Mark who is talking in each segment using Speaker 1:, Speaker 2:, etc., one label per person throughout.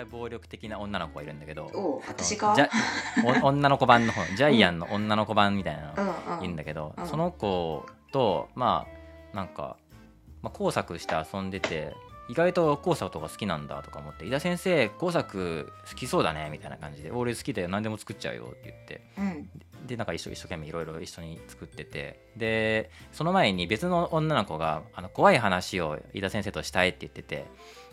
Speaker 1: い暴力的な女の子がいるんだけど
Speaker 2: おう私か
Speaker 1: じゃお女の子版の 方ジャイアンの女の子版みたいなの
Speaker 2: うん
Speaker 1: が
Speaker 2: うん
Speaker 1: いるんだけど、
Speaker 2: うん
Speaker 1: その子とまあなんか、まあ、工作して遊んでて意外と工作とか好きなんだとか思って「井田先生工作好きそうだね」みたいな感じで「俺好きだよ何でも作っちゃうよ」って言って
Speaker 2: うん
Speaker 1: でなんか一生一生懸命いろいろ一緒に作っててでその前に別の女の子があの怖い話を飯田先生としたいって言ってて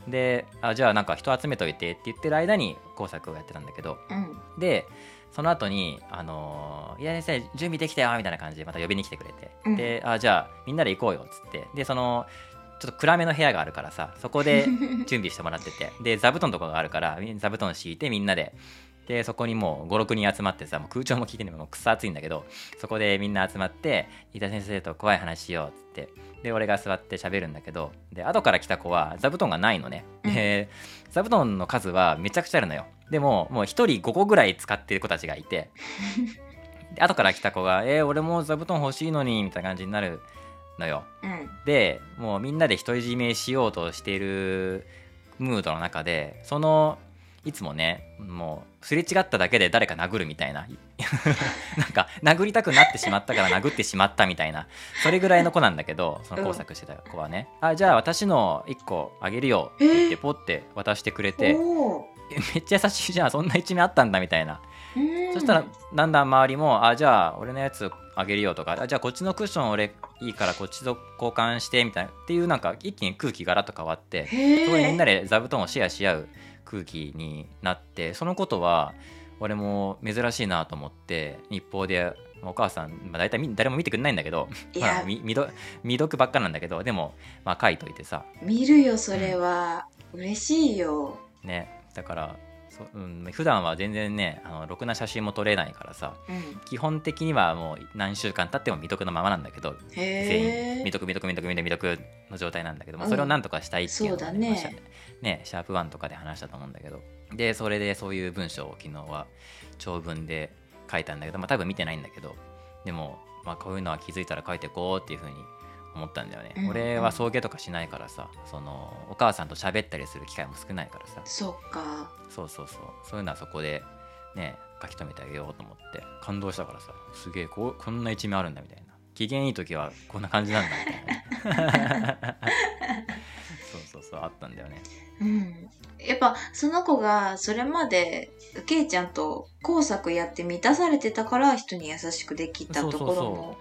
Speaker 1: であじゃあなんか人集めといてって言ってる間に工作をやってたんだけど
Speaker 2: うん
Speaker 1: でその後にあのー、飯田先生準備できたよみたいな感じでまた呼びに来てくれて、
Speaker 2: うん
Speaker 1: であじゃあみんなで行こうよっつってでそのちょっと暗めの部屋があるからさそこ で準備してもらっててで座布団とかがあるからみ座布団敷いてみんなででそこにもう56人集まってさもう空調も聞いてるのもくっさ暑いんだけどそこでみんな集まって「飯田先生と怖い話しよう」っつってで俺が座って喋るんだけどで後から来た子は座布団がないのねで、座布団の数はめちゃくちゃあるのよでももう1人5個ぐらい使ってる子たちがいてで後から来た子が「えー俺も座布団欲しいのに」みたいな感じになるのよ
Speaker 2: うん
Speaker 1: でもうみんなで独り占めしようとしているムードの中でそのいつもねもうすれ違っただけで誰か殴るみたいな なんか殴りたくなってしまったから殴ってしまったみたいなそれぐらいの子なんだけどその工作してた子はね「あじゃあ私の1個あげるよ」って言ってポッて渡してくれて
Speaker 2: おお
Speaker 1: 「めっちゃ優しいじゃんそんな一面あったんだ」みたいな
Speaker 2: うん
Speaker 1: そしたらだんだん周りも「あじゃあ俺のやつあげるよ」とかあ「じゃあこっちのクッション俺いいからこっちと交換して」みたいなっていうなんか一気に空気がらっと変わって
Speaker 2: へえ
Speaker 1: すごいみんなで座布団をシェアし合う空気になってそのことは俺も珍しいなと思って日報でお母さん、まあ、大体み誰も見てくれないんだけど
Speaker 2: い
Speaker 1: まあ
Speaker 2: や
Speaker 1: み未読未読ばっかなんだけどでも、まあ、書いといてさ
Speaker 2: 見るよそれは嬉しいよ
Speaker 1: ねだからそ、うん、普段は全然ねあのろくな写真も撮れないからさ
Speaker 2: うん
Speaker 1: 基本的にはもう何週間経っても未読のままなんだけど全員
Speaker 2: へ
Speaker 1: 未
Speaker 2: え
Speaker 1: 読未読未読未読未読の状態なんだけど、まあ、それを何とかしたいっていうのが
Speaker 2: そうだね
Speaker 1: まあシャねシャープワンとかで話したと思うんだけどでそれでそういう文章を昨日は長文で書いたんだけど、まあ、多分見てないんだけどでも、まあ、こういうのは気づいたら書いてこうっていうふうに思ったんだよね、
Speaker 2: うんうん
Speaker 1: 俺は送迎とかしないからさそのお母さんと喋ったりする機会も少ないからさ
Speaker 2: そっか
Speaker 1: そうそうそうそういうのはそこでね書き留めてあげようと思って感動したからさすげえこうこんな一面あるんだみたいな機嫌いい時はこんな感じなんだみたいな ねそうそうそうあったんだよね
Speaker 2: うんやっぱその子がそれまでケイちゃんと工作やって満たされてたから人に優しくできたところも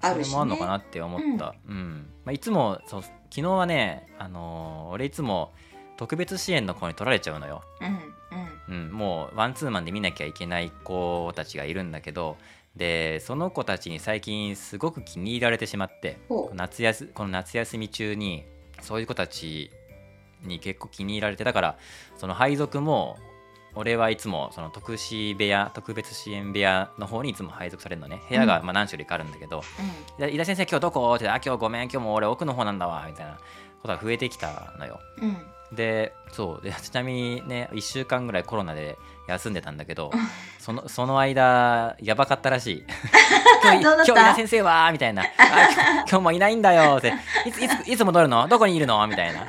Speaker 2: あ
Speaker 1: そ
Speaker 2: る
Speaker 1: れ
Speaker 2: し、ね、
Speaker 1: もあんのかなって思った、うんまあ、いつもそう昨日はね、あのー俺いつも特別支援の子に取られちゃうのよ
Speaker 2: うんうん
Speaker 1: うん、もうワンツーマンで見なきゃいけない子たちがいるんだけどでその子たちに最近すごく気に入られてしまって
Speaker 2: ほう
Speaker 1: 夏休この夏休み中にそういう子たちに結構気に入られてだからその配属も俺はいつもその特使部屋特別支援部屋の方にいつも配属されるのね部屋がまあ何種類かあるんだけど、で井田先生今日どこって「あ今日ごめん今日もう俺奥の方なんだわ」みたいなことが増えてきたのよ。
Speaker 2: うんうん
Speaker 1: でそうで ちなみにね1週間ぐらいコロナで休んでたんだけどそのその間やばかったらしい 今日
Speaker 2: どう
Speaker 1: 今
Speaker 2: だった
Speaker 1: 日いな先生はみたいなあ 今日今日もいないんだよっていついついつ戻るのどこにいるのみたいな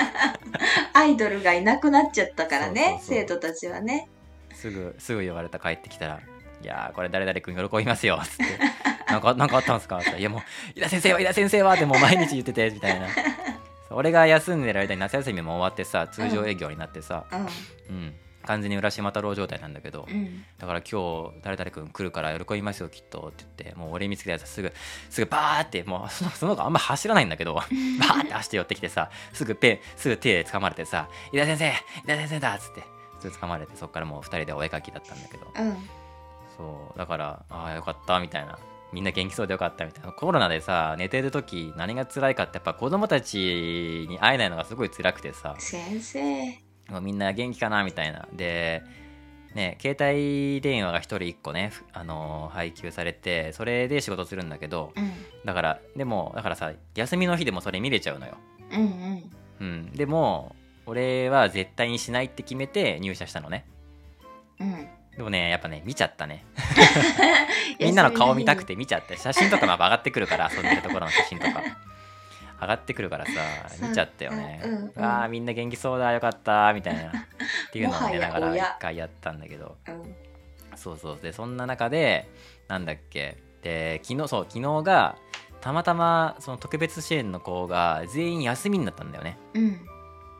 Speaker 2: アイドルがいなくなっちゃったからね
Speaker 1: そうそうそう
Speaker 2: 生徒たちはね
Speaker 1: すぐすぐ呼ばれた帰ってきたら「いやーこれ誰々君喜びますよ」 つって「なんかなんかあったんですか?」って言ったらいやもう「井田先生は井田先生は」ってもう毎日言っててみたいなそう俺が休んでる間に夏休みも終わってさ通常営業になってさ、
Speaker 2: う
Speaker 1: うん、完全に浦島太郎状態なんだけど、
Speaker 2: んうん
Speaker 1: だから今日誰々君来るから喜びますよきっとって言ってもう俺見つけたやつすぐすぐバーってもうそのその子あんま走らないんだけどバーって走って寄ってきてさすぐペンすぐ手で掴まれてさ「井田先生井田先生だ!」っつってすぐ掴まれてそっからもう二人でお絵描きだったんだけど
Speaker 2: うん
Speaker 1: そうだからああよかったみたいなみんな元気そうでよかったみたいなコロナでさ寝てる時何が辛いかってやっぱ子供たちに会えないのがすごい辛くてさ
Speaker 2: 先生
Speaker 1: もうみんな元気かなみたいなでね携帯電話が1人1個ね、ふあのー配給されてそれで仕事するんだけど
Speaker 2: うん
Speaker 1: だからでもだからさ休みの日でもそれ見れちゃうのよ、
Speaker 2: うんうん
Speaker 1: うん、でも俺は絶対にしないって決めて入社したのね
Speaker 2: うん
Speaker 1: でもねやっぱね見ちゃったねみんなの顔見たくて見ちゃって写真とかまあ上がってくるから遊ん でるところの写真とか上がってくるからさ見ちゃったよね、
Speaker 2: うんうんうん
Speaker 1: あみんな元気そうだよかったみたいなっていうのをね
Speaker 2: もはや
Speaker 1: ながら
Speaker 2: 親
Speaker 1: 一回やったんだけど
Speaker 2: うん
Speaker 1: そうそうでそんな中でなんだっけで昨日そう昨日がたまたまその特別支援の子が全員休みになったんだよね
Speaker 2: うん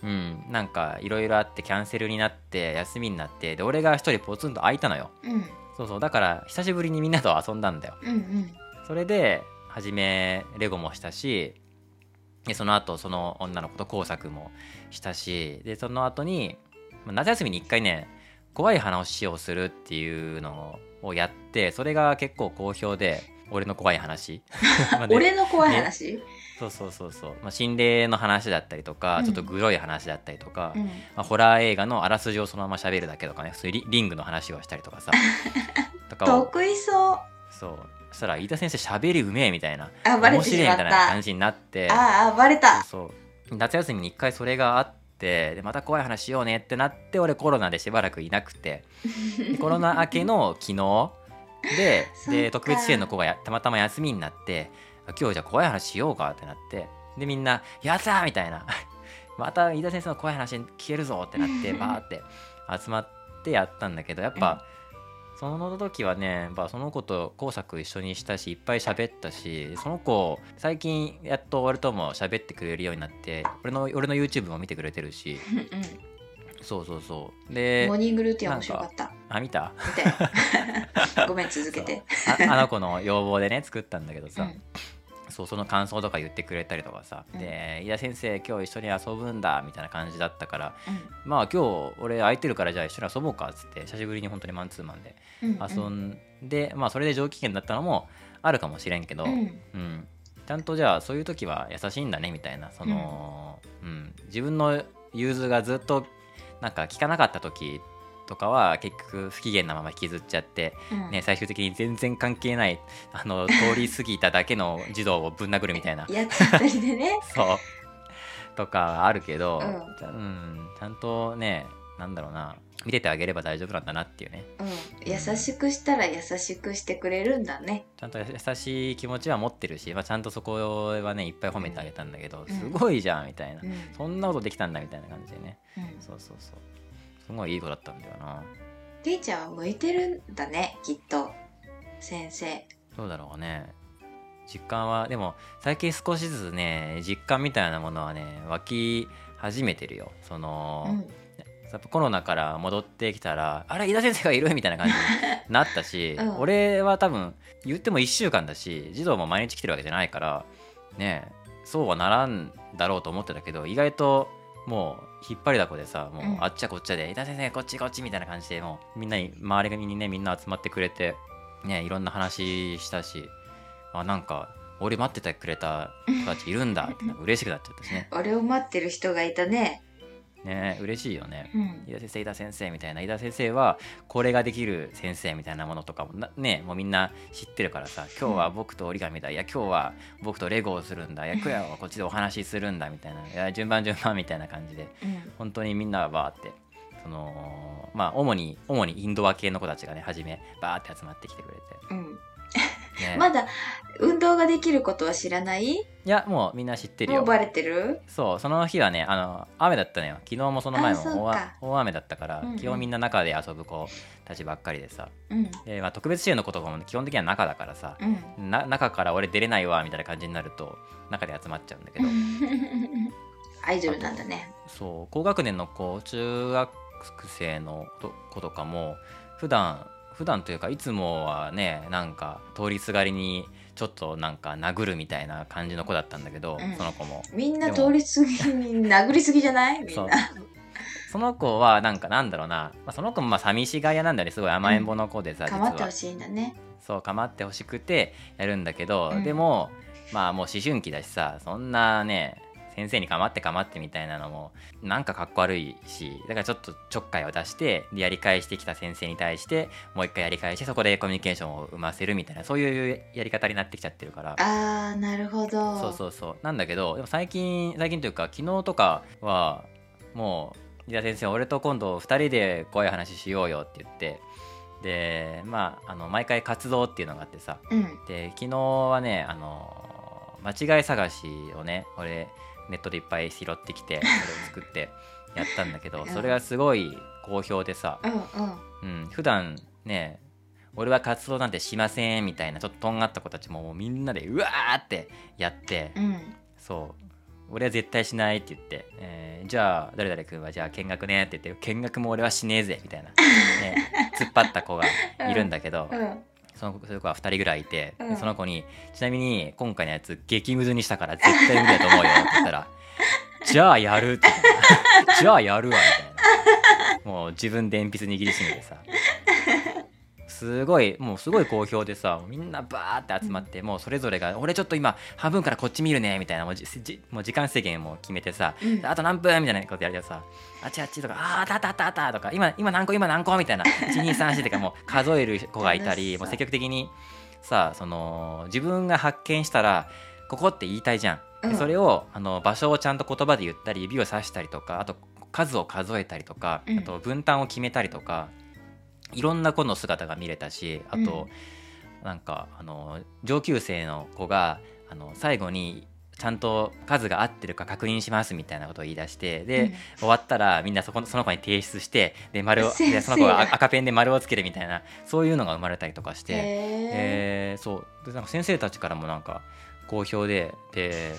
Speaker 1: うんなんかいろいろあってキャンセルになって休みになってで俺が一人ポツンと空いたのよ
Speaker 2: うん
Speaker 1: そうそうだから久しぶりにみんなと遊んだんだよ
Speaker 2: うんうん
Speaker 1: それで初めレゴもしたしでその後その女の子と工作もしたしでその後にまあ夏休みに一回ね怖い話をするっていうのをやってそれが結構好評で俺の怖い 話まあね
Speaker 2: 俺の怖い話、
Speaker 1: そうそうそうそう、まあ、心霊の話だったりとか、
Speaker 2: うん
Speaker 1: ちょっとグロい話だったりとか、
Speaker 2: うん
Speaker 1: まあ、ホラー映画のあらすじをそのまま喋るだけとかねそういうリリングの話をしたりと かさとかを
Speaker 2: 得意そう
Speaker 1: そうそしたら飯田先生喋りうめえみたいな
Speaker 2: あバレ
Speaker 1: 面
Speaker 2: てし
Speaker 1: 白いみ
Speaker 2: まった
Speaker 1: いな
Speaker 2: た
Speaker 1: 感じになって
Speaker 2: ああバレた
Speaker 1: そう夏休みに一回それがあってでまた怖い話しようねってなって俺コロナでしばらくいなくて でコロナ明けの昨日で
Speaker 2: そっ
Speaker 1: で
Speaker 2: か
Speaker 1: 特別支援の子がやたまたま休みになって今日じゃあ怖い話しようかってなってでみんな「やった!」みたいなまた飯田先生の怖い話消えるぞってなってバーって集まってやったんだけどやっぱ、その時はねやっぱその子と工作一緒にしたしいっぱい喋ったしその子最近やっと俺とも喋ってくれるようになって俺の俺の YouTube も見てくれてるし
Speaker 2: うんうん
Speaker 1: そうそうそう
Speaker 2: モー
Speaker 1: で
Speaker 2: ニングルーティン面白かった
Speaker 1: あ見た
Speaker 2: みたいなごめん続けて
Speaker 1: ああの子の要望でね作ったんだけど
Speaker 2: う
Speaker 1: さ、
Speaker 2: ん
Speaker 1: そうその感想とか言ってくれたりとかさ、
Speaker 2: うん
Speaker 1: で「飯田先生今日一緒に遊ぶんだ」みたいな感じだったから
Speaker 2: うん
Speaker 1: 「まあ今日俺空いてるからじゃあ一緒に遊ぼうか」っつって久しぶりに本当にマンツーマンで
Speaker 2: うんうん
Speaker 1: 遊んで、まあそれで上機嫌だったのもあるかもしれんけど、
Speaker 2: うん
Speaker 1: うんちゃんとじゃあそういう時は優しいんだねみたいなその、うん自分の融通がずっとなんか聞かなかった時とかは結局不機嫌なまま引きずっちゃって
Speaker 2: うん
Speaker 1: ね、最終的に全然関係ないあの通り過ぎただけの児童をぶん殴るみたいな
Speaker 2: やつったりで ね
Speaker 1: そうとかあるけど、
Speaker 2: うん
Speaker 1: ちゃうんちゃんとねなんだろうな見ててあげれば大丈夫なんだなっていうね
Speaker 2: うん優しくしたら優しくしてくれるんだね
Speaker 1: ちゃんと優しい気持ちは持ってるし、まあ、ちゃんとそこはねいっぱい褒めてあげたんだけど、
Speaker 2: ん
Speaker 1: すごいじゃんみたいな、
Speaker 2: うんうん
Speaker 1: そんなことできたんだみたいな感じでねそうそうそうすごいいい子だったんだよな
Speaker 2: ていちゃんは向いてるんだねきっと先生
Speaker 1: どうだろうね実感はでも最近少しずつね実感みたいなものはね湧き始めてるよその、やっぱコロナから戻ってきたらあれ井田先生がいるみたいな感じになったし、
Speaker 2: うん
Speaker 1: 俺は多分言っても1週間だし児童も毎日来てるわけじゃないからねえそうはならんだろうと思ってたけど意外ともう引っ張りだこでさもううんあっちゃこっちゃで「井田先生こっちこっち」みたいな感じでもうみんなに周りにねみんな集まってくれてねいろんな話したしあなんか俺待っててくれた人たちいるんだってなんか嬉しくなっちゃったしね
Speaker 2: 俺を待ってる人がいたね
Speaker 1: ねえ嬉しいよね。
Speaker 2: うん
Speaker 1: 井田先生井田先生みたいな井田先生はこれができる先生みたいなものとかもなねもうみんな知ってるからさ今日は僕と折り紙だいや今日は僕とレゴをするんだいや今日はこっちでお話しするんだみたいないや順番順番みたいな感じで
Speaker 2: うん
Speaker 1: 本当にみんながバーってそのまあ主に主にインドア系の子たちがね初めバーって集まってきてくれ
Speaker 2: うん
Speaker 1: て、ね
Speaker 2: まだ運動ができることは知らない
Speaker 1: いやもうみんな知ってる
Speaker 2: もう
Speaker 1: よ
Speaker 2: バレてる
Speaker 1: そうその日はねあの雨だったのよ昨日もその前
Speaker 2: あそうか
Speaker 1: も大あ大雨だったから、
Speaker 2: うんうん
Speaker 1: 基本みんな中で遊ぶ子たちばっかりでさ
Speaker 2: うん
Speaker 1: で、まあ、特別支援の子とかも基本的には中だからさ、
Speaker 2: うん
Speaker 1: な中から俺出れないわみたいな感じになると中で集まっちゃうんだけど、
Speaker 2: アイドルなんだね
Speaker 1: そう高学年の子中学生の子子とかも普段普段というかいつもはねなんか通りすがりにちょっとなんか殴るみたいな感じの子だったんだけど、
Speaker 2: うん
Speaker 1: その子も
Speaker 2: みんな通り過ぎに殴りすぎじゃないみん
Speaker 1: そう
Speaker 2: な
Speaker 1: その子はなんかなんだろうな、まあ、その子もまあ寂しがり屋なんだよねすごい甘えん坊の子でさ、
Speaker 2: 構って
Speaker 1: 実は
Speaker 2: ほしいんだね
Speaker 1: そう構ってほしくてやるんだけど、
Speaker 2: うん
Speaker 1: でもまあもう思春期だしさそんなね先生に構って構ってみたいなのもなんかかっこ悪いしだからちょっとちょっかいを出してでやり返してきた先生に対してもう一回やり返してそこでコミュニケーションを生ませるみたいなそういうやり方になってきちゃってるから
Speaker 2: あーなるほど
Speaker 1: そうそうそうなんだけどでも最近最近というか昨日とかはもう「伊田先生俺と今度2人で怖い話しようよ」って言ってでまああの毎回活動っていうのがあってさ
Speaker 2: うん
Speaker 1: で昨日はねあの間違い探しをね俺ネットでいっぱい拾ってきてそれを作ってやったんだけど
Speaker 2: うん
Speaker 1: それがすごい好評でさ、
Speaker 2: うんうん
Speaker 1: うん、普段ね俺は活動なんてしませんみたいなちょっととんがった子たちももうみんなでうわーってやって、
Speaker 2: うん
Speaker 1: そう俺は絶対しないって言って、えーじゃあ誰々君はじゃあ見学ねって言って見学も俺はしねえぜみたいな、 ね、突っ張った子がいるんだけど、
Speaker 2: うん
Speaker 1: その子そういう子は2人ぐらいいて、で
Speaker 2: うん
Speaker 1: その子に「ちなみに今回のやつ激ムズにしたから絶対無理だと思うよ」って言ったら 「じゃあやる」って言って じゃあやるわ」みたいなもう自分で鉛筆握りしめてさすごいもうすごい好評でさみんなバーって集まって、もうそれぞれが「俺ちょっと今半分からこっち見るね」みたいなもうじじもう時間制限も決めてさ
Speaker 2: うん
Speaker 1: あと何分みたいなことやるやつさ、あっちあっちとか、あーあったあったあったあったとか、今今何個今何個みた いな、1、2、3、4とかもう数える子がいた
Speaker 2: 楽し
Speaker 1: り、
Speaker 2: そ
Speaker 1: も
Speaker 2: う
Speaker 1: う積極的にさ、その自分が発見したら、ここって言いたいじゃん。で
Speaker 2: うん
Speaker 1: それをあの場所をちゃんと言葉で言ったり、指を指したりとか、あと数を数えたりとか、
Speaker 2: うん
Speaker 1: あと分担を決めたりとか、いろんな子の姿が見れたし、あと、なんかあの上級生の子があの最後にちゃんと数が合ってるか確認しますみたいなことを言い出してで、
Speaker 2: うん
Speaker 1: 終わったらみんなそこのその子に提出してで丸を
Speaker 2: 先生
Speaker 1: でその子が
Speaker 2: が
Speaker 1: あ赤ペンで丸をつけるみたいなそういうのが生まれたりとかして、
Speaker 2: へえ
Speaker 1: えーそうでなんか先生たちからもなんか好評でで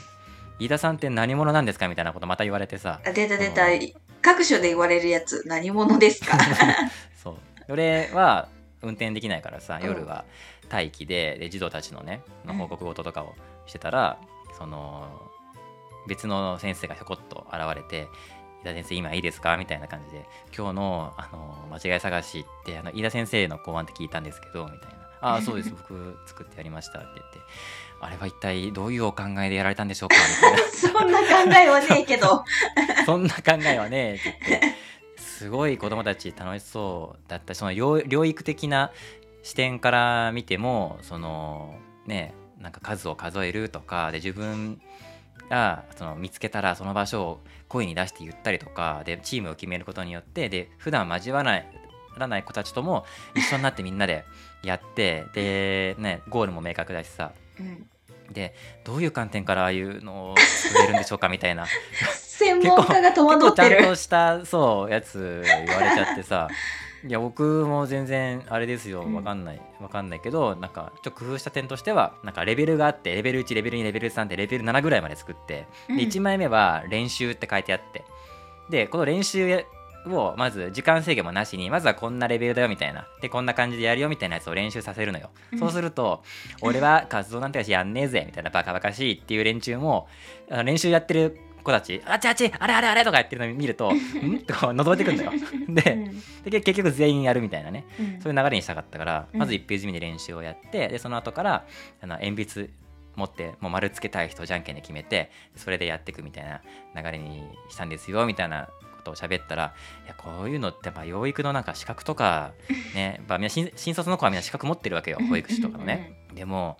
Speaker 1: 飯田さんって何者なんですかみたいなことまた言われてさ
Speaker 2: あ出た出た
Speaker 1: うん
Speaker 2: 各所で言われるやつ何者ですか
Speaker 1: そう俺は運転できないからさ
Speaker 2: うん
Speaker 1: 夜は待機でで児童たちのねの報告事とかをしてたら、その別の先生がひょこっと現れて「飯田先生今いいですか?」みたいな感じで「今日のあの間違い探しってあの飯田先生の考案って聞いたんですけど」みたいな「 ああそうです僕作ってやりました」って言って「あれは一体どういうお考えでやられたんでしょうか?」みたいな
Speaker 2: そんな考えはねえけ ど
Speaker 1: そんな考えはねえって言ってすごい子供たち楽しそうだったしその養療育的な視点から見てもそのねなんか数を数えるとかで自分がその見つけたらその場所を声に出して言ったりとかでチームを決めることによってで普段交わらないらない子たちとも一緒になってみんなでやってでねゴールも明確だしさ
Speaker 2: うん
Speaker 1: でどういう観点からああいうのを作れるんでしょうかみたいな
Speaker 2: 専門家が
Speaker 1: 結
Speaker 2: 戸惑
Speaker 1: 構
Speaker 2: っ
Speaker 1: ちゃ
Speaker 2: て
Speaker 1: ん
Speaker 2: る
Speaker 1: としたそうやつ言われちゃって さいや僕も全然あれですよ
Speaker 2: うん
Speaker 1: わかんないわかんないけどなんかちょっと工夫した点としてはなんかレベルがあってレベル1レベル2レベル3ってレベル7ぐらいまで作ってで
Speaker 2: うん
Speaker 1: 1枚目は練習って書いてあってでこの練習をまず時間制限もなしにまずはこんなレベルだよみたいなでこんな感じでやるよみたいなやつを練習させるのよ、
Speaker 2: うん
Speaker 1: そうすると俺は活動なんてやしやんねえぜみたいなバカバカしいっていう連中もあの練習やってる子たちあっちあっちあれあれあれとかやってるの見るとんとか覗いてくんだよ
Speaker 2: うん
Speaker 1: でで結局全員やるみたいなね
Speaker 2: うん
Speaker 1: そういう流れにしたかったから、
Speaker 2: うん
Speaker 1: まず1ページ目で練習をやってでその後からあの鉛筆持ってもう丸つけたい人をじゃんけんで決めてそれでやっていくみたいな流れにしたんですよみたいなことを喋ったらいやこういうのってまあ養育のなんか資格とかねまあみんな新新卒の子はみんな資格持ってるわけよ保育士とかのね。でも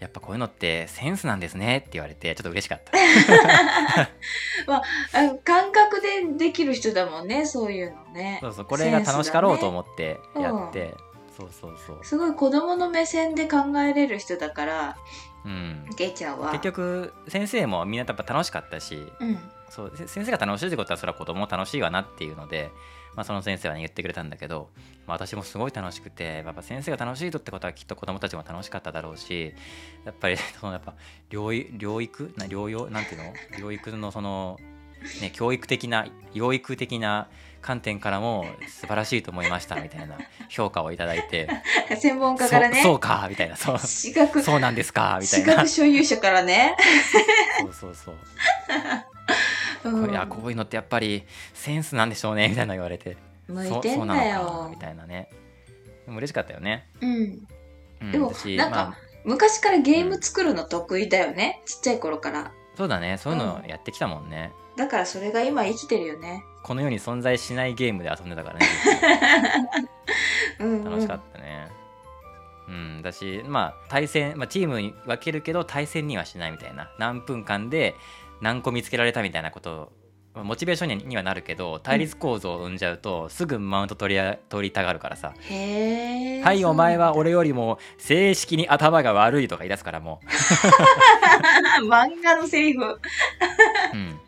Speaker 1: やっぱこういうのってセンスなんですねって言われてちょっと嬉しかった。
Speaker 2: あ感覚でできる人だもんねそういうのね
Speaker 1: そうそうこれが楽しかろうと思ってやって、そうそうそう。
Speaker 2: すごい子供の目線で考えれる人だから
Speaker 1: うん
Speaker 2: ゲイちゃんは
Speaker 1: 結局先生もみんなやっぱ楽しかったし
Speaker 2: うん
Speaker 1: そうせ先生が楽しいってことはそれは子供も楽しいわなっていうので、まあ、その先生は、ね、言ってくれたんだけど、まあ、私もすごい楽しくてやっぱ先生が楽しいとってことはきっと子供たちも楽しかっただろうしやっぱり そのやっぱ療育療育な療養なんていうの療育のその、ね、教育的な養育的な観点からも素晴らしいと思いましたみたいな評価をいただい て
Speaker 2: 専門
Speaker 1: そ
Speaker 2: 家から
Speaker 1: う
Speaker 2: ね
Speaker 1: そうかみたいなそう
Speaker 2: 資格
Speaker 1: そうなんですかみた
Speaker 2: 資
Speaker 1: いな
Speaker 2: 格所有者からね、
Speaker 1: そうそうそう。
Speaker 2: うん
Speaker 1: こういやこういうのってやっぱりセンスなんでしょうねみたいなの言われて
Speaker 2: 向
Speaker 1: そ
Speaker 2: いうて
Speaker 1: そうんなの
Speaker 2: だ
Speaker 1: か
Speaker 2: よ
Speaker 1: みたいなねでも嬉しかったよね、
Speaker 2: うん
Speaker 1: うん、
Speaker 2: でも
Speaker 1: 私
Speaker 2: なんか
Speaker 1: まあ、
Speaker 2: 昔からゲーム作るの得意だよね、ちっちゃい頃から
Speaker 1: そうだねそういうのやってきたもんね、
Speaker 2: だからそれが今生きてるよね
Speaker 1: この世に存在しないゲームで遊んでたから ね
Speaker 2: うん、うん、
Speaker 1: 楽しかったねうんだしまあ対戦、まあ、チームに分けるけど対戦にはしないみたいな何分間で何個見つけられたみたいなことまあモチベーションににはなるけど対立構造を生んじゃうと、すぐマウント取りあ取りたがるからさ
Speaker 2: へえ
Speaker 1: はい、お前 は俺よりも正式に頭が悪いとか言い出すからも
Speaker 2: 漫画のセリフ
Speaker 1: う、うん、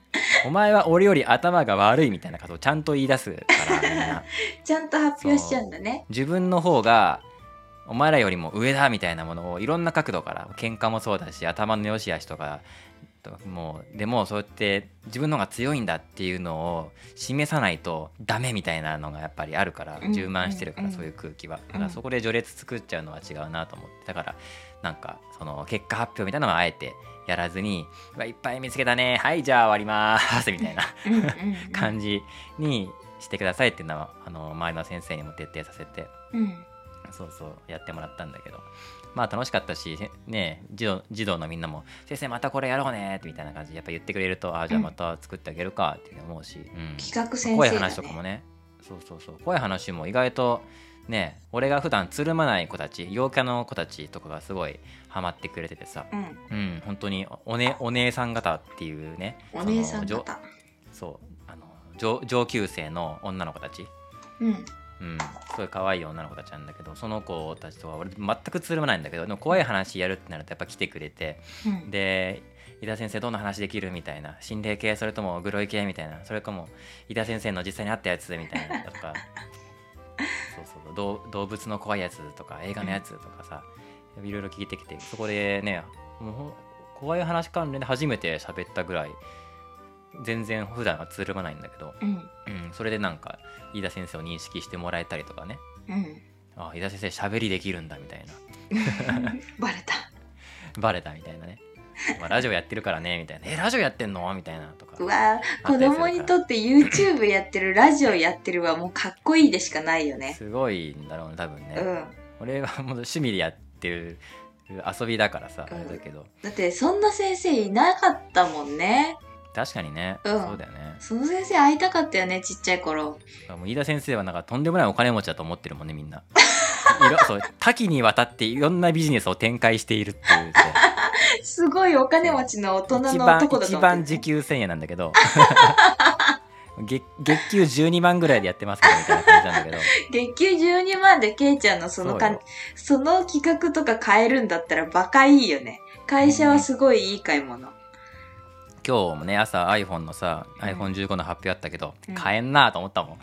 Speaker 1: お前は俺より頭が悪いみたいなことをちゃんと言い出すからみん な
Speaker 2: ちゃんと発表しちゃうんだね。
Speaker 1: 自分の方がお前らよりも上だみたいなものをいろんな角度から喧嘩もそうだし頭の良し悪しとかともうでもそうやって自分の方が強いんだっていうのを示さないとダメみたいなのがやっぱりあるから
Speaker 2: うん
Speaker 1: 充満してるから
Speaker 2: うん
Speaker 1: そういう空気はだか
Speaker 2: うん
Speaker 1: らそこで序列作っちゃうのは違うなと思ってだからなんかその結果発表みたいなのはあえてやらずに「うわいっぱい見つけたねはいじゃあ終わります」みたいな
Speaker 2: うんうんうん
Speaker 1: 感じにしてくださいっていうのはあの周りの先生にも徹底させて
Speaker 2: うん
Speaker 1: そうそうやってもらったんだけどまあ楽しかったしね児童児童のみんなも「先生またこれやろうね」みたいな感じでやっぱ言ってくれると「あじゃあまた作ってあげるか」って思うし、うん
Speaker 2: 企画先
Speaker 1: 怖
Speaker 2: 生
Speaker 1: い
Speaker 2: だ、
Speaker 1: 話とかもねそうそうそう怖い話も意外とね俺が普段つるまない子たち陽キャの子たちとかがすごいハマってくれててさ、
Speaker 2: うん、
Speaker 1: うん、本当にお,、ね、お姉さん方っていうね
Speaker 2: お姉さん
Speaker 1: その
Speaker 2: 方。
Speaker 1: そうあの上上級生の女の子たち、
Speaker 2: うん。
Speaker 1: うん、すごい可愛い女の子たちなんだけどその子たちとは俺全くつるまないんだけどでも怖い話やるってなるとやっぱ来てくれて
Speaker 2: うん
Speaker 1: で伊田先生どんな話できるみたいな心霊系それともグロい系みたいなそれとも伊田先生の実際にあったやつみたいなとかそうそう動動物の怖いやつとか映画のやつとかさいろいろ聞いてきてそこでねもうほん怖い話関連で初めて喋ったぐらい全然普段はつるまないんだけど、
Speaker 2: うん
Speaker 1: うん、それでなんか飯田先生を認識してもらえたりとかね
Speaker 2: うん。
Speaker 1: あ飯田先生喋りできるんだみたいな
Speaker 2: バレた。
Speaker 1: バレたみたいなね、まあ、ラジオやってるからねみたいな「えラジオやってんの?」みたいなとか
Speaker 2: うわー子供にとって YouTube やってるラジオやってるはもうかっこいいでしかないよね。
Speaker 1: すごいんだろうね多分ね、
Speaker 2: うん。
Speaker 1: 俺はもう趣味でやってる遊びだからさ、
Speaker 2: うん
Speaker 1: あれだけど
Speaker 2: だってそんな先生いなかったもんね。
Speaker 1: 確かにね、
Speaker 2: うん
Speaker 1: そうだよね
Speaker 2: その先生会いたかったよねちっちゃい頃。
Speaker 1: もう飯田先生はなんかとんでもないお金持ちだと思ってるもんねみんな いろそう多岐にわたっていろんなビジネスを展開しているっていうそう
Speaker 2: すごいお金持ちの大人
Speaker 1: 一
Speaker 2: の
Speaker 1: 番
Speaker 2: 男だと
Speaker 1: 一
Speaker 2: 思
Speaker 1: 番
Speaker 2: って
Speaker 1: 時給1000円なんだけど 月月給12万ぐらいでやってますからみたいな感じなんだけど
Speaker 2: 月給12万でケイちゃん のそのか
Speaker 1: そうよ
Speaker 2: その企画とか変えるんだったらバカいいよね。会社はすごいいい買い物。
Speaker 1: 今日もね朝 iPhone のさ、iPhone15 の発表あったけど、
Speaker 2: うん
Speaker 1: 買えんなと思ったもん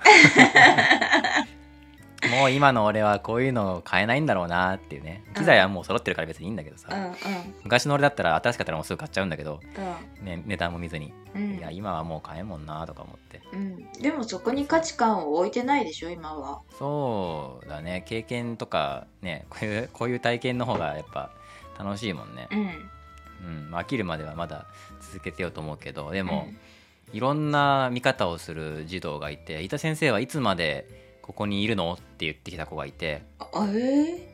Speaker 1: もう今の俺はこういうの買えないんだろうなっていうね機材はもう揃ってるから別にいいんだけどさ、
Speaker 2: うんうん
Speaker 1: 昔の俺だったら新しかったらもうすぐ買っちゃうんだけど、ね、値段も見ずに、
Speaker 2: うん
Speaker 1: いや今はもう買えんもんなとか思って
Speaker 2: うんうん。でもそこに価値観を置いてないでしょ今は。
Speaker 1: そうだね経験とかねこういうこういう体験の方がやっぱ楽しいもんね
Speaker 2: う、ん。
Speaker 1: うんまあ飽きるまではまだ続けてようと思うけどで
Speaker 2: で
Speaker 1: も、いろんな見方をする児童がいて伊田先生はいつまでここにいるのって言ってきた子がいて
Speaker 2: ええ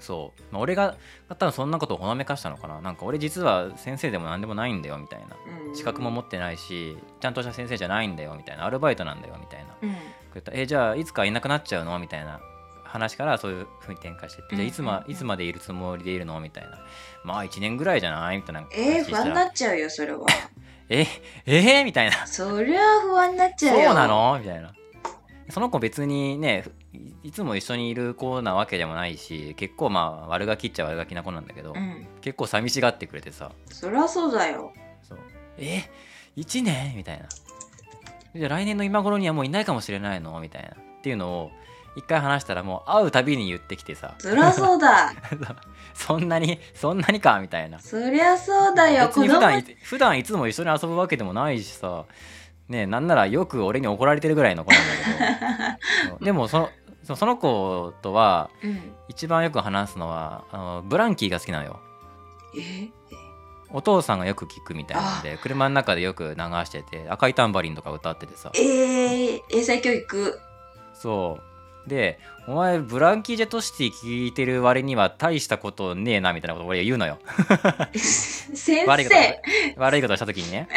Speaker 1: そう、まあ、俺が多分そんなことをほのめかしたのかななんか俺実は先生でも何でもないんだよみたいな
Speaker 2: ーうん
Speaker 1: 資格も持ってないしちゃんとした先生じゃないんだよみたいなアルバイトなんだよみたいな
Speaker 2: うん
Speaker 1: こういったえじゃあいつかいなくなっちゃうのみたいな話からそういうふうに展開していって、じゃあいつ
Speaker 2: うんう
Speaker 1: ま
Speaker 2: んうん
Speaker 1: いつまでいるつもりでいるのみたいなまあ1年ぐらいじゃないみたいな話
Speaker 2: え
Speaker 1: し
Speaker 2: ー、不
Speaker 1: た
Speaker 2: 安に
Speaker 1: ら
Speaker 2: なっちゃうよそれは。
Speaker 1: ええーみたいな
Speaker 2: そりゃあ不安になっちゃうよ。
Speaker 1: そうなのみたいなその子別にねいいつも一緒にいる子なわけでもないし結構まあ悪ガキっちゃ悪ガキな子なんだけど、
Speaker 2: うん。
Speaker 1: 結構寂しがってくれてさ
Speaker 2: そりゃそうだよ。
Speaker 1: そうえ1年みたいなじゃあ来年の今頃にはもういないかもしれないのみたいなっていうのを一回話したらもう会うたびに言ってきてさ
Speaker 2: そりゃそうだ。
Speaker 1: そんなにそんなにかみたいな
Speaker 2: そりゃそうだよ。
Speaker 1: 別
Speaker 2: 子
Speaker 1: に普段
Speaker 2: 供
Speaker 1: い普段いつも一緒に遊ぶわけでもないしさねえなんならよく俺に怒られてるぐらいの子なんだけどそうでもそのそその子とは
Speaker 2: うん。
Speaker 1: 一番よく話すのはあのブランキーが好きなのよ
Speaker 2: え
Speaker 1: お父さんがよく聞くみたいなんで車の中でよく流してて赤いタンバリンとか歌っててさ
Speaker 2: えー、英才教育。
Speaker 1: そうでお前ブランキー・ジェット・シティ聞いてる割には大したことねえなみたいなこと俺言うのよ
Speaker 2: 先
Speaker 1: 悪いこと
Speaker 2: 生。
Speaker 1: 悪いことした時にね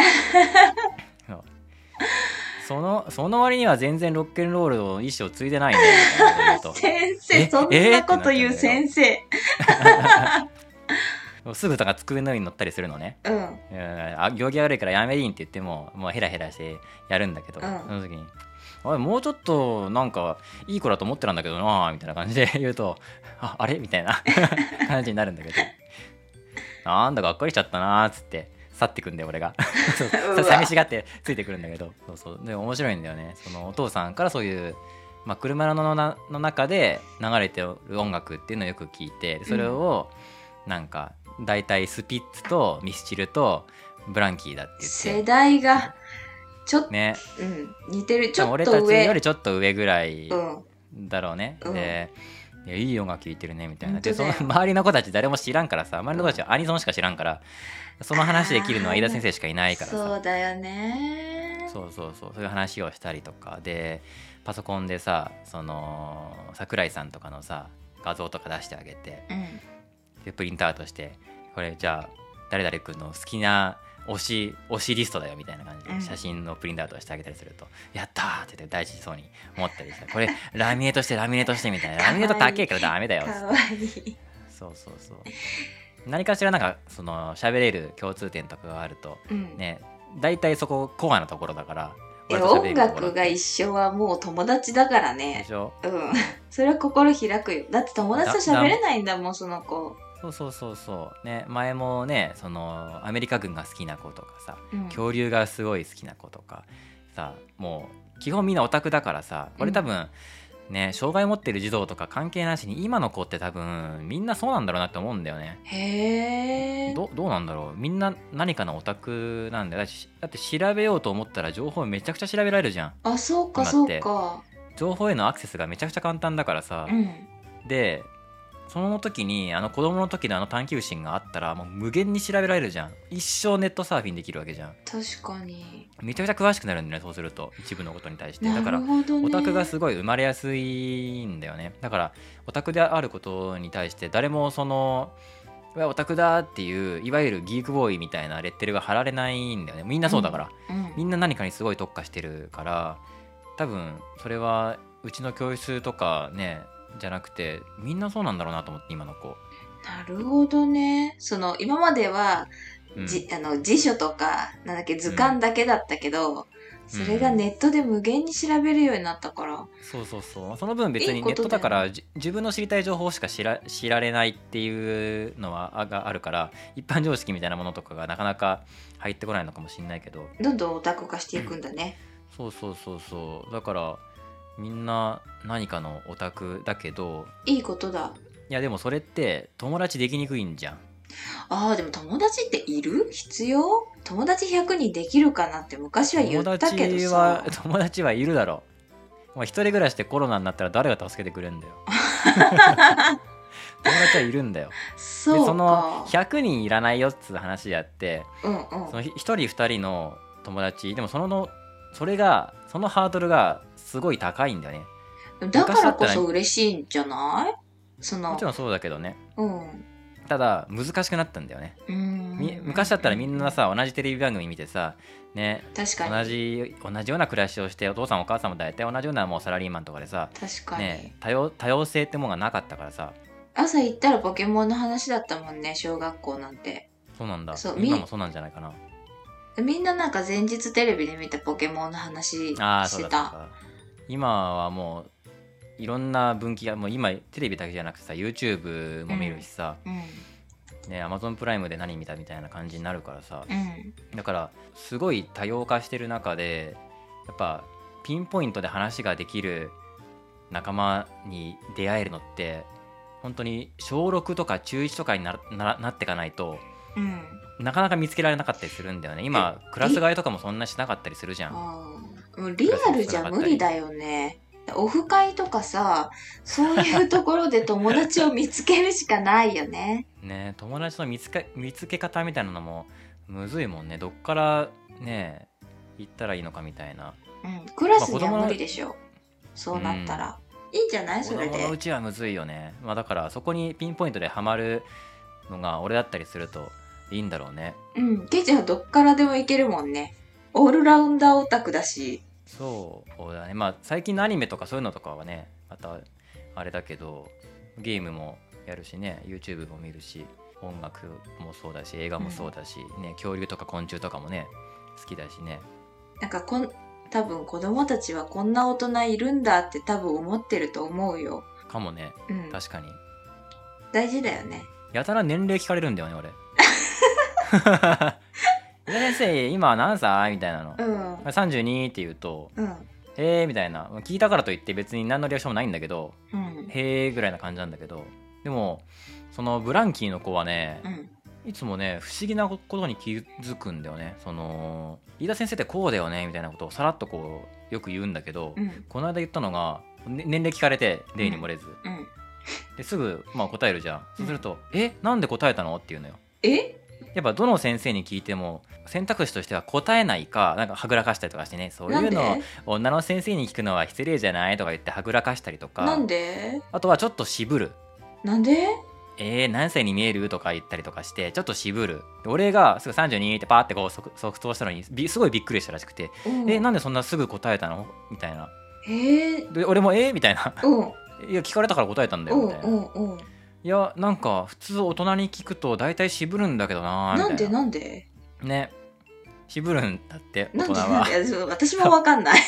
Speaker 1: そうそのその割には全然ロックンロールの意思を継いでないねみたいなこと言う
Speaker 2: 先
Speaker 1: え
Speaker 2: 生、そん
Speaker 1: えー
Speaker 2: なこと言う
Speaker 1: ってなっ
Speaker 2: 先生。
Speaker 1: とすぐとか机の上に乗ったりするのね
Speaker 2: うん。
Speaker 1: うんあ行儀悪いからやめりんって言ってももうヘラヘラしてやるんだけど、
Speaker 2: うん
Speaker 1: その時に「あれもうちょっとなんかいい子だと思ってたんだけどな」みたいな感じで 言うと「ああ れ?」みたいな感じになるんだけど「なんだがっかりしちゃったな」っつって「去ってくんだよ俺がそう
Speaker 2: う
Speaker 1: そ
Speaker 2: わ
Speaker 1: う寂しがってついてくるんだけどそうそうでも面白いんだよねそのお父さんからそういう、まあ、車のなの中で流れてる音楽っていうのをよく聞いてそれをなんか大体スピッツとミスチルとブランキーだって言
Speaker 2: 世
Speaker 1: って
Speaker 2: 代がちょっと、
Speaker 1: ね
Speaker 2: うん、似てるち
Speaker 1: 多分
Speaker 2: ょっ
Speaker 1: 俺
Speaker 2: と
Speaker 1: たち
Speaker 2: 上
Speaker 1: よりちょっと上ぐらい
Speaker 2: うん
Speaker 1: だろうね、
Speaker 2: うん
Speaker 1: でいやいい音楽聴いてるねみたいな
Speaker 2: 本当
Speaker 1: でそ
Speaker 2: だ
Speaker 1: の
Speaker 2: よ
Speaker 1: 周りの子たち誰も知らんからさ周りの子たちはアニソンしか知らんからその話できるのは飯田先生しかいないから
Speaker 2: そ
Speaker 1: さ
Speaker 2: うだよね
Speaker 1: そうそうそうそういう話をしたりとかでパソコンでさその桜井さんとかのさ画像とか出してあげて
Speaker 2: うん
Speaker 1: でプリントアウトしてこれじゃあ誰々君の好きな推し推しリストだよみたいな感じ
Speaker 2: う
Speaker 1: で
Speaker 2: ん
Speaker 1: 写真のプリントアウトしてあげたりすると、やったーって言って大事そうに思ったりしてこれラミネートしてラミネートしてみたいなラミネート高えからダメだよ
Speaker 2: かわいい
Speaker 1: そうそうそう何かしらなんかその喋れる共通点とかがあると
Speaker 2: うん
Speaker 1: ね大体そこコアなところだから
Speaker 2: いや
Speaker 1: 俺と喋れ
Speaker 2: 音
Speaker 1: るところ
Speaker 2: 楽が一緒はもう友達だから
Speaker 1: で
Speaker 2: ね
Speaker 1: しょ
Speaker 2: うん それは心開くよだって友達と喋れないんだもんその子、
Speaker 1: そうそうそうそうね前もねそのアメリカ軍が好きな子とかさ
Speaker 2: うん
Speaker 1: 恐竜がすごい好きな子とかさもう基本みんなオタクだからさこれ多分、ね障害持ってる児童とか関係なしに今の子って多分みんなそうなんだろうなって思うんだよね
Speaker 2: へえ
Speaker 1: どどうなんだろうみんな何かのオタクなんだよだってしだって調べようと思ったら情報めちゃくちゃ調べられるじゃん
Speaker 2: あそうか
Speaker 1: そ
Speaker 2: そう
Speaker 1: なって
Speaker 2: うか
Speaker 1: 情報へのアクセスがめちゃくちゃ簡単だからさ
Speaker 2: う、ん
Speaker 1: でその時にあの子供の時のあの探求心があったらもう無限に調べられるじゃん一生ネットサーフィンできるわけじゃん
Speaker 2: 確かに
Speaker 1: めちゃくちゃ詳しくなるんだよねそうすると一部のことに対してだ
Speaker 2: な
Speaker 1: か
Speaker 2: る
Speaker 1: ら
Speaker 2: ほどね
Speaker 1: オタクがすごい生まれやすいんだよねだからオタクであることに対して誰もそのうわオタクだっていういわゆるギークボーイみたいなレッテルが貼られないんだよねみんなそうだから、
Speaker 2: うん
Speaker 1: みんな何かにすごい特化してるから多分それはうちの教室とかねじゃなくてみんなそうなんだろうなと思って今の子、
Speaker 2: なるほどねその今までは、
Speaker 1: うん
Speaker 2: じあの辞書とかなんだっけ図鑑だけだったけど、それがネットで無限に調べるようになったから、
Speaker 1: そうそうそうその分別
Speaker 2: い
Speaker 1: にネ
Speaker 2: いこ
Speaker 1: ッ
Speaker 2: と
Speaker 1: トだ
Speaker 2: だよね
Speaker 1: からじ自分の知りたい情報しか知ら知られないっていうのはあがあるから一般常識みたいなものとかがなかなか入ってこないのかもしれないけど
Speaker 2: どんどんオタク化していくんだね、
Speaker 1: そうそうそうそうだからみんな何かのオタクだけど
Speaker 2: いいことだ
Speaker 1: いやでもそれって友達できにくいんじゃん
Speaker 2: あーでも友達っている必要友達100人できるかなって昔は言
Speaker 1: 友
Speaker 2: ったけど
Speaker 1: 達
Speaker 2: さ
Speaker 1: は 友達はいるだろうお前一人暮らしでコロナになったら誰が助けてくれんだよ 友達はいるんだよで
Speaker 2: そうか
Speaker 1: その100人いらないよっつう話であって
Speaker 2: うんうん
Speaker 1: その1人2人の友達でもそのそれがそのハードルがすごい高いんだよね
Speaker 2: だから
Speaker 1: 昔だ
Speaker 2: こ
Speaker 1: ったら
Speaker 2: そ嬉しいんじゃないその
Speaker 1: もちろんそうだけどね
Speaker 2: うん
Speaker 1: ただ難しくなったんだよね
Speaker 2: うん
Speaker 1: み昔だったらみんなさ同じテレビ番組見てさね
Speaker 2: 確か
Speaker 1: 同
Speaker 2: に
Speaker 1: じ同じような暮らしをしてお父さんお母さんも大体同じようなもうサラリーマンとかでさ
Speaker 2: 確かに、
Speaker 1: ね多様多様性ってもんがなかったからさ
Speaker 2: 朝行ったらポケモンの話だったもんね小学校なんて
Speaker 1: そうなんだ
Speaker 2: そうみ
Speaker 1: 今もそうなんじゃないかな
Speaker 2: みんななんか前日テレビで見たポケモンの話
Speaker 1: ああ
Speaker 2: し
Speaker 1: そう
Speaker 2: て
Speaker 1: だそう
Speaker 2: た
Speaker 1: だ今はもういろんな分岐がもう今テレビだけじゃなくてさ YouTube も見るしさ、
Speaker 2: うん
Speaker 1: ね Amazon プライムで何見たみたいな感じになるからさ
Speaker 2: うん
Speaker 1: だからすごい多様化してる中でやっぱピンポイントで話ができる仲間に出会えるのって本当に小6とか中1とかにならならなってかないと
Speaker 2: うん
Speaker 1: なかなか見つけられなかったりするんだよね今クラス替えとかもそんなしなかったりするじゃん
Speaker 2: あーもうリアルじゃ無理だよねオフ会とかさそういうところで友達を見つけるしかないよね
Speaker 1: ね友達の見つけ見つけ方みたいなのもむずいもんねどっからね行ったらいいのかみたいな
Speaker 2: うんクラスには無理でしょそうなったら、いいんじゃない
Speaker 1: 子
Speaker 2: それ
Speaker 1: 供
Speaker 2: で
Speaker 1: のうちはむずいよね、まあ、だからそこにピンポイントでハマるのが俺だったりするといいんだろうね
Speaker 2: うんケイちゃんはどっからでも行けるもんねオールラウンダーオタクだし
Speaker 1: そうだねまあ最近のアニメとかそういうのとかはねまたあれだけどゲームもやるしね YouTube も見るし音楽もそうだし映画もそうだし、ね恐竜とか昆虫とかもね好きだしね
Speaker 2: なんかこん多分子供たちはこんな大人いるんだって多分思ってると思うよ。
Speaker 1: かもね
Speaker 2: うん、
Speaker 1: 確かに
Speaker 2: 大事だよね。
Speaker 1: やたら年齢聞かれるんだよね俺「先生今何歳?」みたいなの
Speaker 2: うん
Speaker 1: 「32」って言うと
Speaker 2: うん
Speaker 1: 「へえ」みたいな聞いたからといって別に何のリアクションもないんだけど
Speaker 2: うん
Speaker 1: 「へえ」ぐらいな感じなんだけどでもそのブランキーの子はね
Speaker 2: うん
Speaker 1: いつもね不思議なことに気づくんだよねその飯田先生ってこうだよねみたいなことをさらっとこうよく言うんだけど、
Speaker 2: うん
Speaker 1: この間言ったのが、ね年齢聞かれて例に漏れず、
Speaker 2: うん
Speaker 1: ですぐ、まあ、答えるじゃんそうすると「えなんで答えたの?」って言うのよ
Speaker 2: え
Speaker 1: やっぱどの先生に聞いても選択肢としては答えないかなんかはぐらかしたりとかしてねそう
Speaker 2: ないん
Speaker 1: う
Speaker 2: で
Speaker 1: のを女の先生に聞くのは失礼じゃないとか言ってはぐらかしたりとか
Speaker 2: なんで
Speaker 1: あとはちょっと渋る
Speaker 2: なんで
Speaker 1: えー、何歳に見えるとか言ったりとかしてちょっと渋る俺がすぐ32ってパーってこう即即答したのにびすごいびっくりしたらしくて、
Speaker 2: うん
Speaker 1: えなんでそんなすぐ答えたのみたいな
Speaker 2: えー
Speaker 1: で俺もえー、みたいな
Speaker 2: うん
Speaker 1: いや聞かれたから答えたんだよみ
Speaker 2: うん
Speaker 1: たいな、
Speaker 2: う
Speaker 1: い
Speaker 2: んうん
Speaker 1: やなんか普通大人に聞くと大体渋るんだけどなーみたい
Speaker 2: な
Speaker 1: なん
Speaker 2: でなんで
Speaker 1: ね渋るんだって大
Speaker 2: なん
Speaker 1: 人
Speaker 2: で
Speaker 1: は
Speaker 2: なんでそう私もわか んない。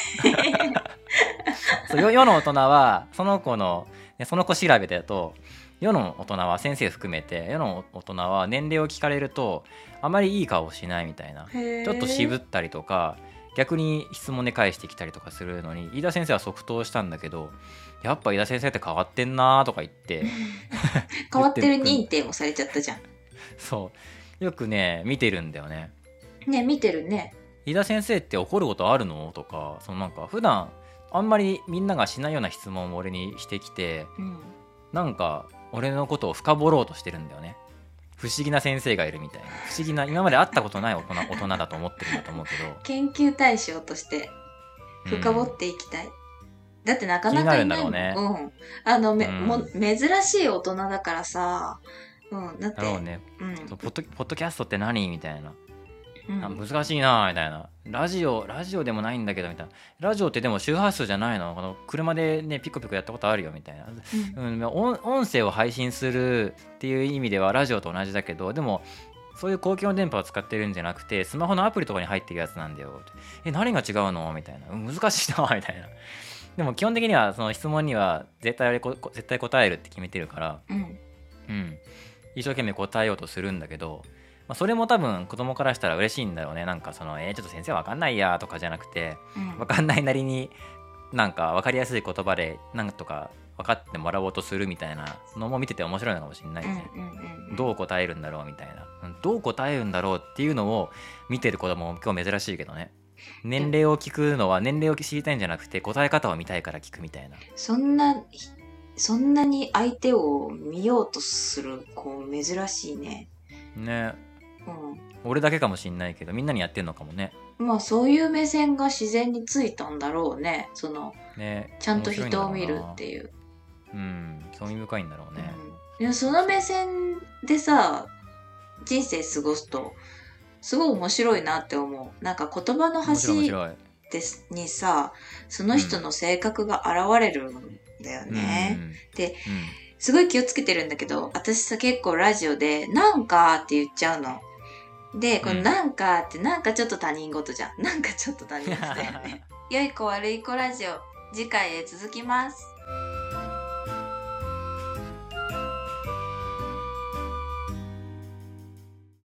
Speaker 1: そうよ世の大人はその子の、ね、その子調べだと世の大人は先生含めて世の大人は年齢を聞かれるとあまりいい顔をしないみたいな
Speaker 2: ち
Speaker 1: ちょっと渋ったりとか逆に質問で返してきたりとかするのに飯田先生は即答したんだけどやっぱ飯田先生って変わってんなーとか言って
Speaker 2: 変わってる認定もされちゃったじゃん。
Speaker 1: そうよくね見てるんだよね
Speaker 2: ね見てるね。
Speaker 1: 飯田先生って怒ることあるのとかそのなんか普段あんまりみんながしないような質問を俺にしてきて
Speaker 2: うん、
Speaker 1: なんか俺のことを深掘ろうとしてるんだよね不思議な先生がいるみたいな不思議な今まで会ったことない大人大人だと思ってるんだと思うけど
Speaker 2: 研究対象として
Speaker 1: うん
Speaker 2: 深掘っていきたい。だってなかなかいないも
Speaker 1: 気になるんだ
Speaker 2: んうん。あのめ、
Speaker 1: うん
Speaker 2: も珍しい大人だからさ。うん、だって。
Speaker 1: だろうね
Speaker 2: うん
Speaker 1: そうポッドポッドキャストって何みたいな、
Speaker 2: うん
Speaker 1: あ難しいなみたいなラジオラジオでもないんだけどみたいなラジオってでも周波数じゃないのこの車でねピコピコやったことあるよみたいな
Speaker 2: うん
Speaker 1: うん、音音声を配信するっていう意味ではラジオと同じだけどでもそういう公共の電波を使ってるんじゃなくてスマホのアプリとかに入ってるやつなんだよえ何が違うのみたいなうん難しいなみたいな でも基本的にはその質問には絶対俺ここ絶対答えるって決めてるから、
Speaker 2: うん
Speaker 1: うん、一生懸命答えようとするんだけど、まあ、それも多分子供からしたら嬉しいんだろうねなんかその「えーちょっと先生わかんないや」とかじゃなくて
Speaker 2: うん
Speaker 1: 分かんないなりになんか分かりやすい言葉でなんとか分かってもらおうとするみたいなのも見てて面白いのかもしれないですね。
Speaker 2: うんうんうん
Speaker 1: どう答えるんだろうみたいなうんどう答えるんだろうっていうのを見てる子供も今日珍しいけどね年齢を聞くのは年齢を知りたいんじゃなくて答え方を見たいから聞くみたいな
Speaker 2: そんなそんなに相手を見ようとする子珍しいね。
Speaker 1: ね
Speaker 2: うん。
Speaker 1: 俺だけかもしんないけどみんなにやってんのかもね
Speaker 2: まあそういう目線が自然についたんだろうねその
Speaker 1: ね
Speaker 2: ちゃんと人を見るって
Speaker 1: いう
Speaker 2: いう、
Speaker 1: うん興味深いんだろうね、
Speaker 2: うん、いやその目線でさ人生過ごすとすごい面白いなって思うなんか言葉の
Speaker 1: 面白い面
Speaker 2: 端
Speaker 1: 白い
Speaker 2: ですにさその人の性格が現れるんだよね、
Speaker 1: うん
Speaker 2: です
Speaker 1: うん
Speaker 2: すごい気をつけてるんだけど、私さ結構ラジオで、なんかって言っちゃうの。で、こ
Speaker 1: う
Speaker 2: の
Speaker 1: ん
Speaker 2: なんかって、なんかちょっと他 人事じゃん。なんかちょっと他人事だよね。良い子悪い子ラジオ、次回へ続きます。